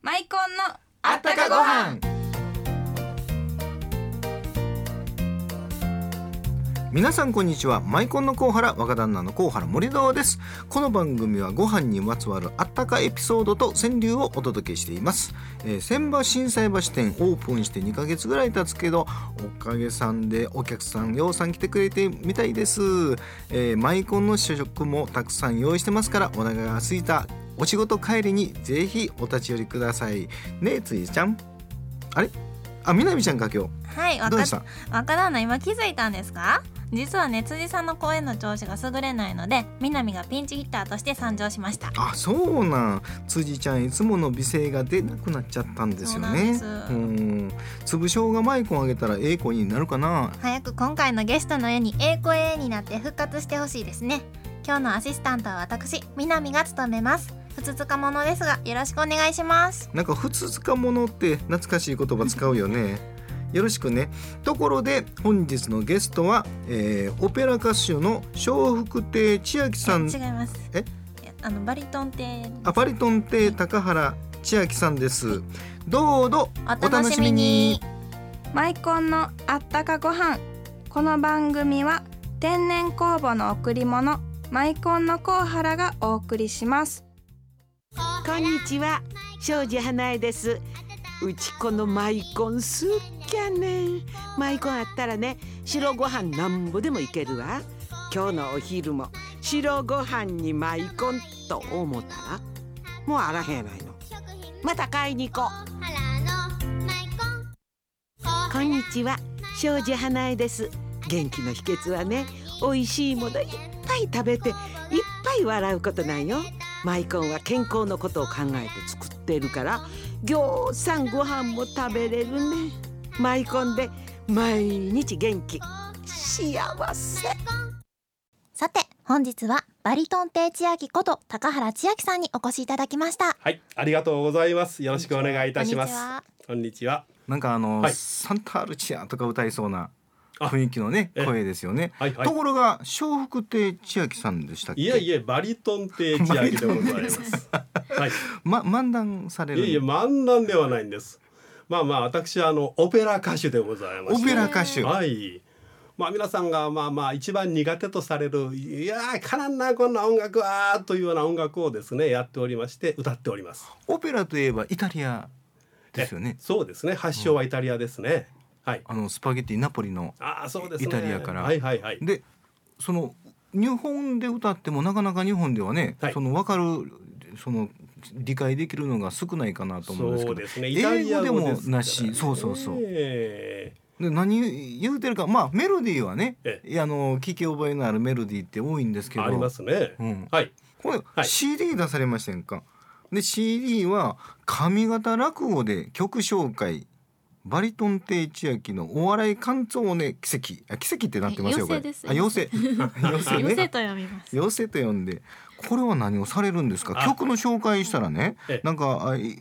マイコンのあったかご飯皆さんこんにちはマイコンのコウハラ若旦那のコウハラ森堂ですこの番組はご飯にまつわるあったかエピソードと川柳をお届けしています、えー、千葉震災橋店オープンして2ヶ月ぐらい経つけどおかげさんでお客さんようさん来てくれてみたいです、えーマイコンの試食もたくさん用意してますからお腹が空いたお仕事帰りにぜひお立ち寄りくださいねえついちゃんあれあみなみちゃんか今日はいわどうかでした若旦那今気づいたんですか実はね辻さんの声の調子が優れないので南がピンチヒッターとして参上しましたあそうなん辻ちゃんいつもの美声が出なくなっちゃったんですよねそうなんですん粒しょうがマイコンあげたらええ子になるかな早く今回のゲストのように栄光栄になって復活してほしいですね今日のアシスタントは私南が務めますふつつかものですがよろしくお願いしますなんか普通つかものって懐かしい言葉使うよ ねよろしくねところで本日のゲストは、えーオペラ歌手の笑福亭千秋さん違いますえいやあのバリトンってアパリトン亭高原千秋さんですどうぞお楽しみにマイコンのあったかご飯この番組は天然酵母の贈り物マイコンのコウハラがお送りしますこんにちは庄司花江ですうちこのマイコンすっきゃねんマイコンあったらね白ご飯なんぼでもいけるわ今日のお昼も白ご飯にマイコンと思ったらもうあらへんやないのまた買いに行こうこんにちは庄司花江です元気の秘訣はね美味しいものいっぱい食べていっぱい笑うことなんよマイコンは健康のことを考えて作っているからぎょうさんご飯も食べれるねマイコンで毎日元気幸せさて本日はバリトン亭千秋こと高原千秋さんにお越しいただきましたはい、ありがとうございます。よろしくお願いいたしまこんにちすは。こんにちは。なんかあの、はいサンタルチアとか歌いそうなあ雰囲気のねええ声ですよね、はいはいところが笑福亭千秋さんでしたっけいえいえ、バリトン亭千秋でございます。はい。ま漫談されいるえいえ、漫談ではないんです。まあまあ、私はあのオペラ歌手でございまオす。ペラ歌手、はい。まあ皆さんがまあまあ一番苦手とされる「いやーかなんなこんな音楽は」というような音楽をですねやっておりまして歌っております。オペラといえばイタリアですよねそうですね発祥はイタリアですね。はい。あのスパゲティナポリのああそうですね。イタリアからはいはいはい。でその日本で歌ってもなかなか日本ではね、はいその分かるその理解できるのが少ないかなと思うんですけそどうですね。イタ英リア語でもすからなし、そうそうそう、ええで何言うてるかまあメロディーはね、えいやあの聞き覚えのあるメロディーって多いんですけどありますね。うんはい。これ、はい CD 出されませんかで CD は上方落語で曲紹介バリトン亭千秋のお笑い感想ね奇跡あ奇跡ってなってますよこれ妖精ですあ 妖精妖精ねと読みます妖精と呼んでこれは何をされるんですかあ曲の紹介したらねええなんかあいう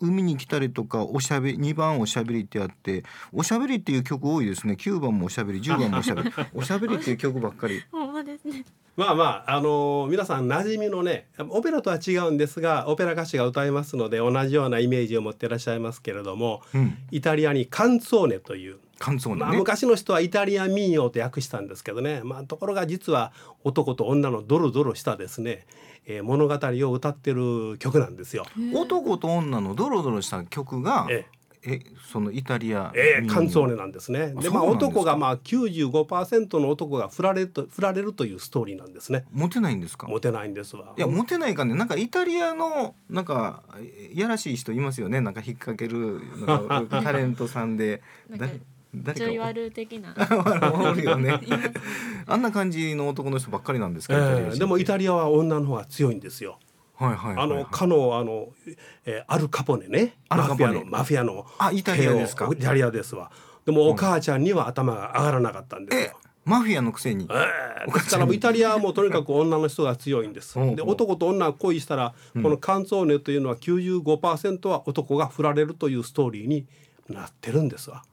海に来たりとかおしゃべり2番おしゃべりってあっておしゃべりっていう曲多いですね9番もおしゃべり10番もおしゃべ りおしゃべりっていう曲ばっかりほんまですねまあまああのー皆さん馴染みのねオペラとは違うんですがオペラ歌手が歌いますので同じようなイメージを持っていらっしゃいますけれども、うんイタリアにカンツォーネという、感想まのあ、ね昔の人はイタリア民謡と訳したんですけどね、まあ、ところが実は男と女のドロドロしたですね、えー物語を歌ってる曲なんですよ。男と女のドロドロした曲がえええそのイタリアええ、民謡カンツォーネなんですね。あで、そうまあ、なんですか男がまあ95%の男が振られると振られるというストーリーなんですね。モテないんですかモテないんですわ。いやモテないかねなんかイタリアのなんかえやらしい人いますよねなんか引っ掛けるなんかタレントさんで誰誰かル的な おるよねあんな感じの男の人ばっかりなんですえか、イタリアえ人でもイタリアは女の方が強いんですよ。はいはいはあいはいのかのあの、えーアルカポネね。アルカポネマフィアのマフィアのあイタリアですか帝王イタリアですわ。でもお母ちゃんには頭が上がらなかったんですよ。マフィアのくせにええお母でちすかゃんにらもうイタリアはもうとにかく女の人が強いんです。うんで男と女が恋したら、このカンツォーネというのは95%は男が振られるというストーリーになってるんですわ。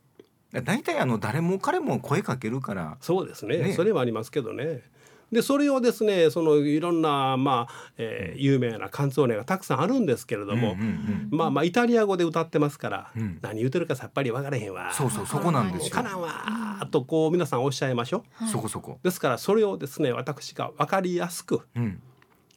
大体あの誰も彼も声かけるからそうですね。ねそれはありますけどね。でそれをですねそのいろんな、まあえー有名なカンツォーネがたくさんあるんですけれども、うんうんうんまあまあイタリア語で歌ってますから、うん何言ってるかさっぱり分からへんわそうそうそこなんですよか。なわとこう皆さんおっしゃいましょう。そこそこ。ですからそれをですね私が分かりやすく、うん。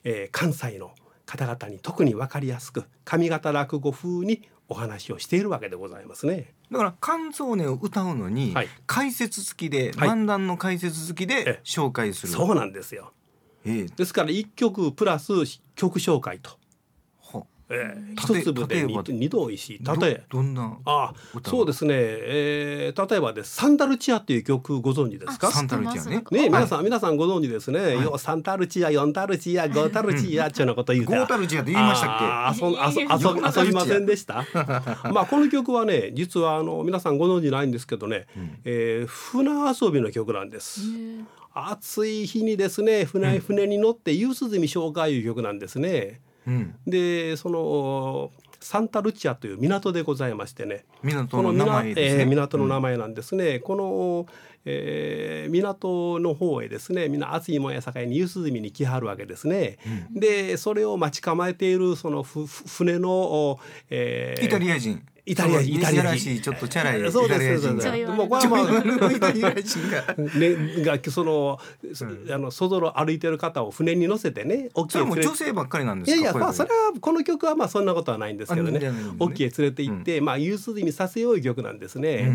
えー関西の方々に特に分かりやすく上方落語風にお話をしているわけでございますね。だから関東ねを歌うのに、はい解説付きで、はい漫談の解説付きでえ紹介する。そうなんですよええですから一曲プラス曲紹介と、ほえーたて一粒で例えば二二度おいしいど例えどんなあ歌そうですね、えー例えばで「サンダルチア」っていう曲ご存知ですかあサンタルチアね。ね、はい皆さん、皆さんご存知ですね。ようサンタルチア、四タルチア、五タルチアっていうようなこと言うゴてータルチアって言いましたっあー遊ん遊言いまし た遊び遊びませんでしたまあこの曲はね実はあの皆さんご存知ないんですけどね、んえー船遊びの曲なんです、暑い日にですね船船に乗って夕涼み紹介いう曲なんですねけ？うん。でそのサンタルチアという港でございましてね港このの名港前ですね。えー港の名前なんですね、この、えー港の方へですねみんな暑いもんやさかいに夕涼みに来はるわけですね、でそれを待ち構えているそのふふ船の、おえーイタリア人。イタリア人イイタタリリアア人らしいちょっとチャラいイタそうでリアすそ人うが。ですがもうこれちょはまあまあイタリア人 が。ね、がその、あの外路歩いてる方を船に乗せてね大きそいれはもう船女性ばっかりなんでいすか。やいや、こううまあ、のそれはこの曲はまあそんなことはないんですけどあじゃねあないんですねオッケー連れて行って、まあ夕涼みさせよういう曲なんですね。う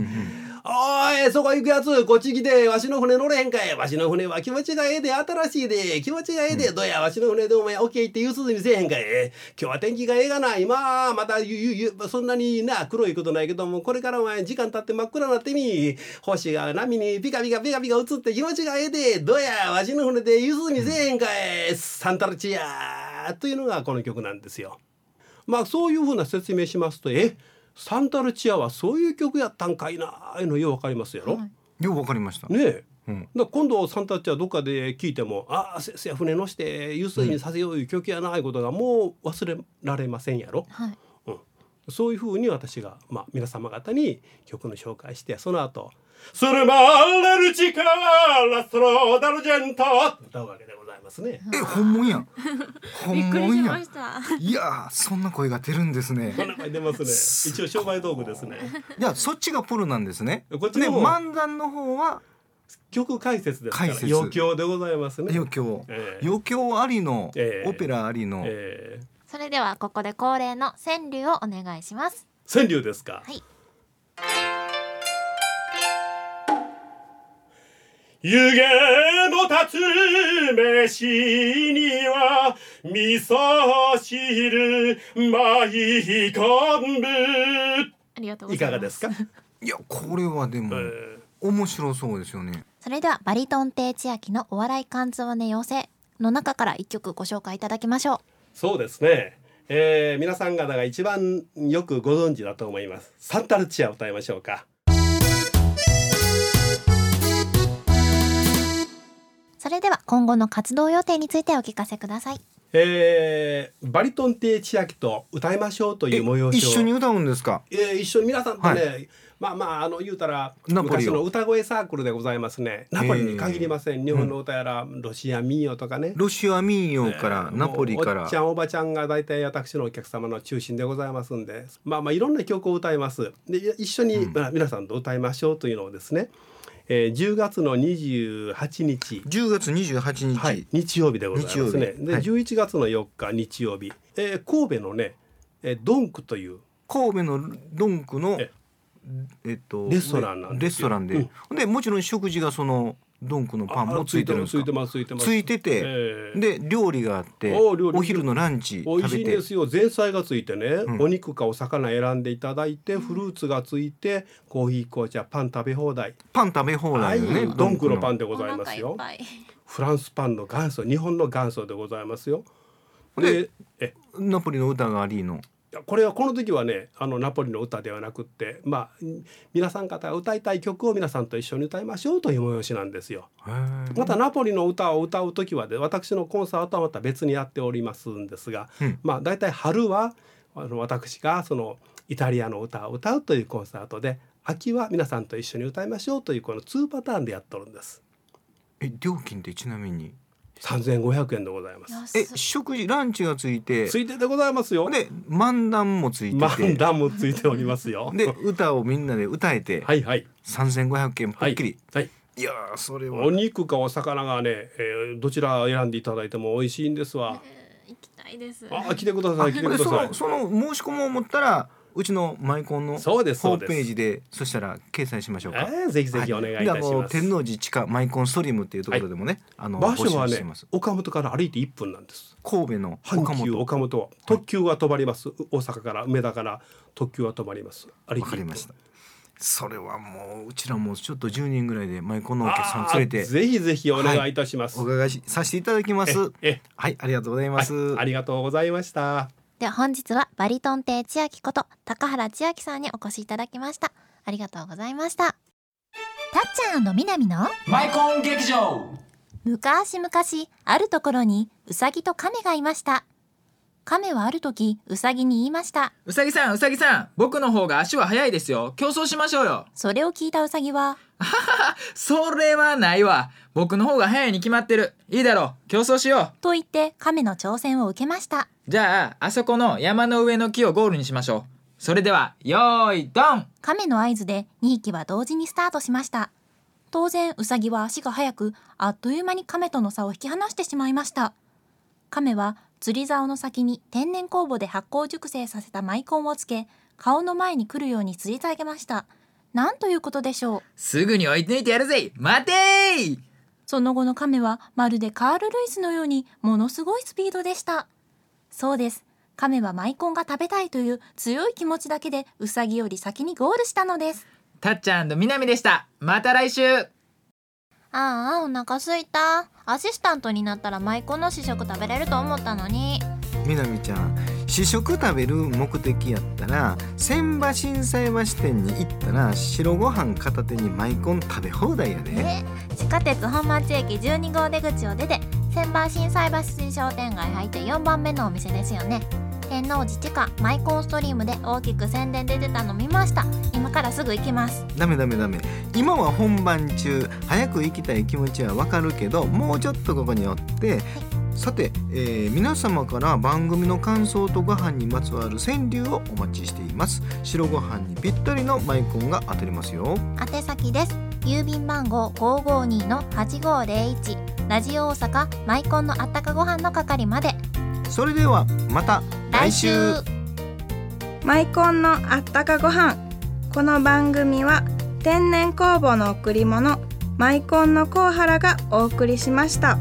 んおいそこ行くやつこっち来てわしの船乗れへんかいわしの船は気持ちがええで新しいで気持ちがええで、どうやわしの船でお前オッケー行って夕涼みせえへんかい今日は天気がええがな今またゆゆゆそんなにな黒いことないけどもこれからお前時間経って真っ暗になってみ星が波にピカピカピカピカ映って気持ちがええでどうやわしの船で夕涼みせえへんかいサンタルチアというのがこの曲なんですよ。まあそういうふうな説明しますとえサンタルチアはそういう曲やったんかいなーいうのようわかりますやろ、はいようわかりました。ねえ、うんだから今度サンタルチアどっかで聞いても「ああせせや船乗して遊水にさせよう」いう曲やないことがもう忘れられませんやろ、はいうん、そういうふうに私が、まあ、皆様方に曲の紹介してその後スルマーレルチカラスローダルジェント」歌うわけでございますね。え本物や ん。び本っくり物しやまんし。た。いやーそんな声が出るんですねこ。んな声出ますね。一応商売道具ですね。じゃあそっちがプロなんですね。こっちでの方は漫談の方は曲解説ですから解説余興でございますね。余興、ええ余興ありの、ええオペラありの、えーそれではここで恒例の川柳をお願いします川柳ですか。はい湯気の立つ飯には味噌汁舞昆ありがとう布ごいざいかます。がですか。いやこれはでも、え面白そうですよね。それではバリトン亭千秋のお笑い感想ね養成の中から一曲ご紹介いただきましょうそうですね。えー、皆さん方が一番よくご存知だと思います。サンタルチアを歌いましょうか。それでは今後の活動予定についてお聞かせくださいえー、バリトン亭千秋と歌いましょうという催しを一緒に歌うんですか。えー一緒に皆さんとね、はまあまああの言うたらナポリ昔をの歌声サークルでございますねナポリに限りません、日本の歌やらロシア民謡とかねロシア民謡から、えーナポリかもうおらっちゃんおばちゃんが大体私のお客様の中心でございますんでまあまあいろんな曲を歌いますでい一緒に、まあ皆さんと歌いましょうというのをですね、えー10月の28日10月28日、はい、日曜日でございますね。日曜日で、はい11月の4日日曜日、えー神戸のね、えードンクという神戸のドンクのええっとレストランなんですレストよランで、でもちろん食事がそのドンクのパンもついてるんですついてか。ますついてますついてて、ええで料理があってお料理お昼のランチ美食味しべいんてですよ前菜がついてね、んお肉かお魚選んでいただいてフルーツがついてコーヒー紅茶パン食べ放題、パン食べ放は題いよね、ドンクのパンンでごおざいま腹すいっよぱい。フランスパンの元祖日本の元祖でございますよででえナポリの歌がありのいやこれはこの時はねあのナポリの歌ではなくってまあん皆さん方が歌いたい曲を皆さんと一緒に歌いましょうという催しなんですよ。またナポリの歌を歌う時はで私のコンサートはまた別にやっておりますんですが、うんまあ大体春はあの私がそのイタリアの歌を歌うというコンサートで秋は皆さんと一緒に歌いましょうというこの2パターンでやっとるんです。え料金ってちなみに三千五百円でございます。え安い食事ランチがついてついてでございますよ。で漫談もついて漫て談もついておりますよ。で歌をみんなで歌えて、 はいはい3500円ぽはっきりい、はい。い、やーそれおは肉かお魚がね、えー、どちら選んでいただいても美味しいんですわ。行きたいです。あ来てください来てくでだそさいの。その申し込みを持ったらうちのマイコンのホそうですーそうムですページでそしたら掲載しましょうか。えーぜひぜひお願いいたしまはすであの天王寺地下マイコンストリームっていうところでもね、あの場所募は集しねてます岡本から歩いて一分なんです。神戸の阪岡急本岡本は特急は止まります。大阪から梅田から特急は止まります。歩いてわかり1分ました。それはもううちらもちょっと10人ぐらいでマイコンのお客さんあー連れてぜひぜひお願いいたします。お伺いしさせていただきます。ええはいありがとうございまはいす。ありがとうございました。 では本日はバリトン亭千秋こと高原千秋さんにお越しいただきましたありがとうございましたたっちゃん南のマイコン劇場昔々あるところにうさぎと亀がいました亀はある時うさぎに言いましたうさぎさんうさぎさん僕の方が足は速いですよ競争しましょうよそれを聞いたうさぎはそれはないわ僕の方が速いに決まってるいいだろう競争しよと言って亀の挑戦を受けましたうじゃああそこの山の上の木をゴールにしましょうそれではよーいドン亀の合図で2匹は同時にスタートしました当然ウサギは足が速くあっという間に亀との差を引き離してしまいました亀は釣り竿の先に天然酵母で発酵熟成させたマイコンをつけ顔の前に来るように釣り上げましたなんということでしょうすぐに追い抜いてやるぜ待てーその後の亀はまるでカール・ルイスのようにものすごいスピードでしたそうです亀はマイコンが食べたいという強い気持ちだけでウサギより先にゴールしたのですたっちゃんとみなみでしたまた来週ああお腹すいたアシスタントになったらマイコンの試食食べれると思ったのにみなみちゃん試食食べる目的やったら千葉新斎橋店に行ったら白ご飯片手にマイコン食べ放題やで。地下鉄本町駅12号出口を出て千葉新斎橋筋商店街入って4番目のお店ですよね天王寺地下マイコンストリームで大きく宣伝出てたの見ました今からすぐ行きますダメダメダメ今は本番中早く行きたい気持ちはわかるけどもうちょっとここにおってさて、えー皆様から番組の感想とご飯にまつわる川柳をお待ちしています白ご飯にぴったりのマイコンが当たりますよ宛先です郵便番号552-8501ラジオ大阪マイコンのあったかご飯の係までそれではまた来週マイコンのあったかご飯この番組は天然酵母の贈り物マイコンのコウハラがお送りしました。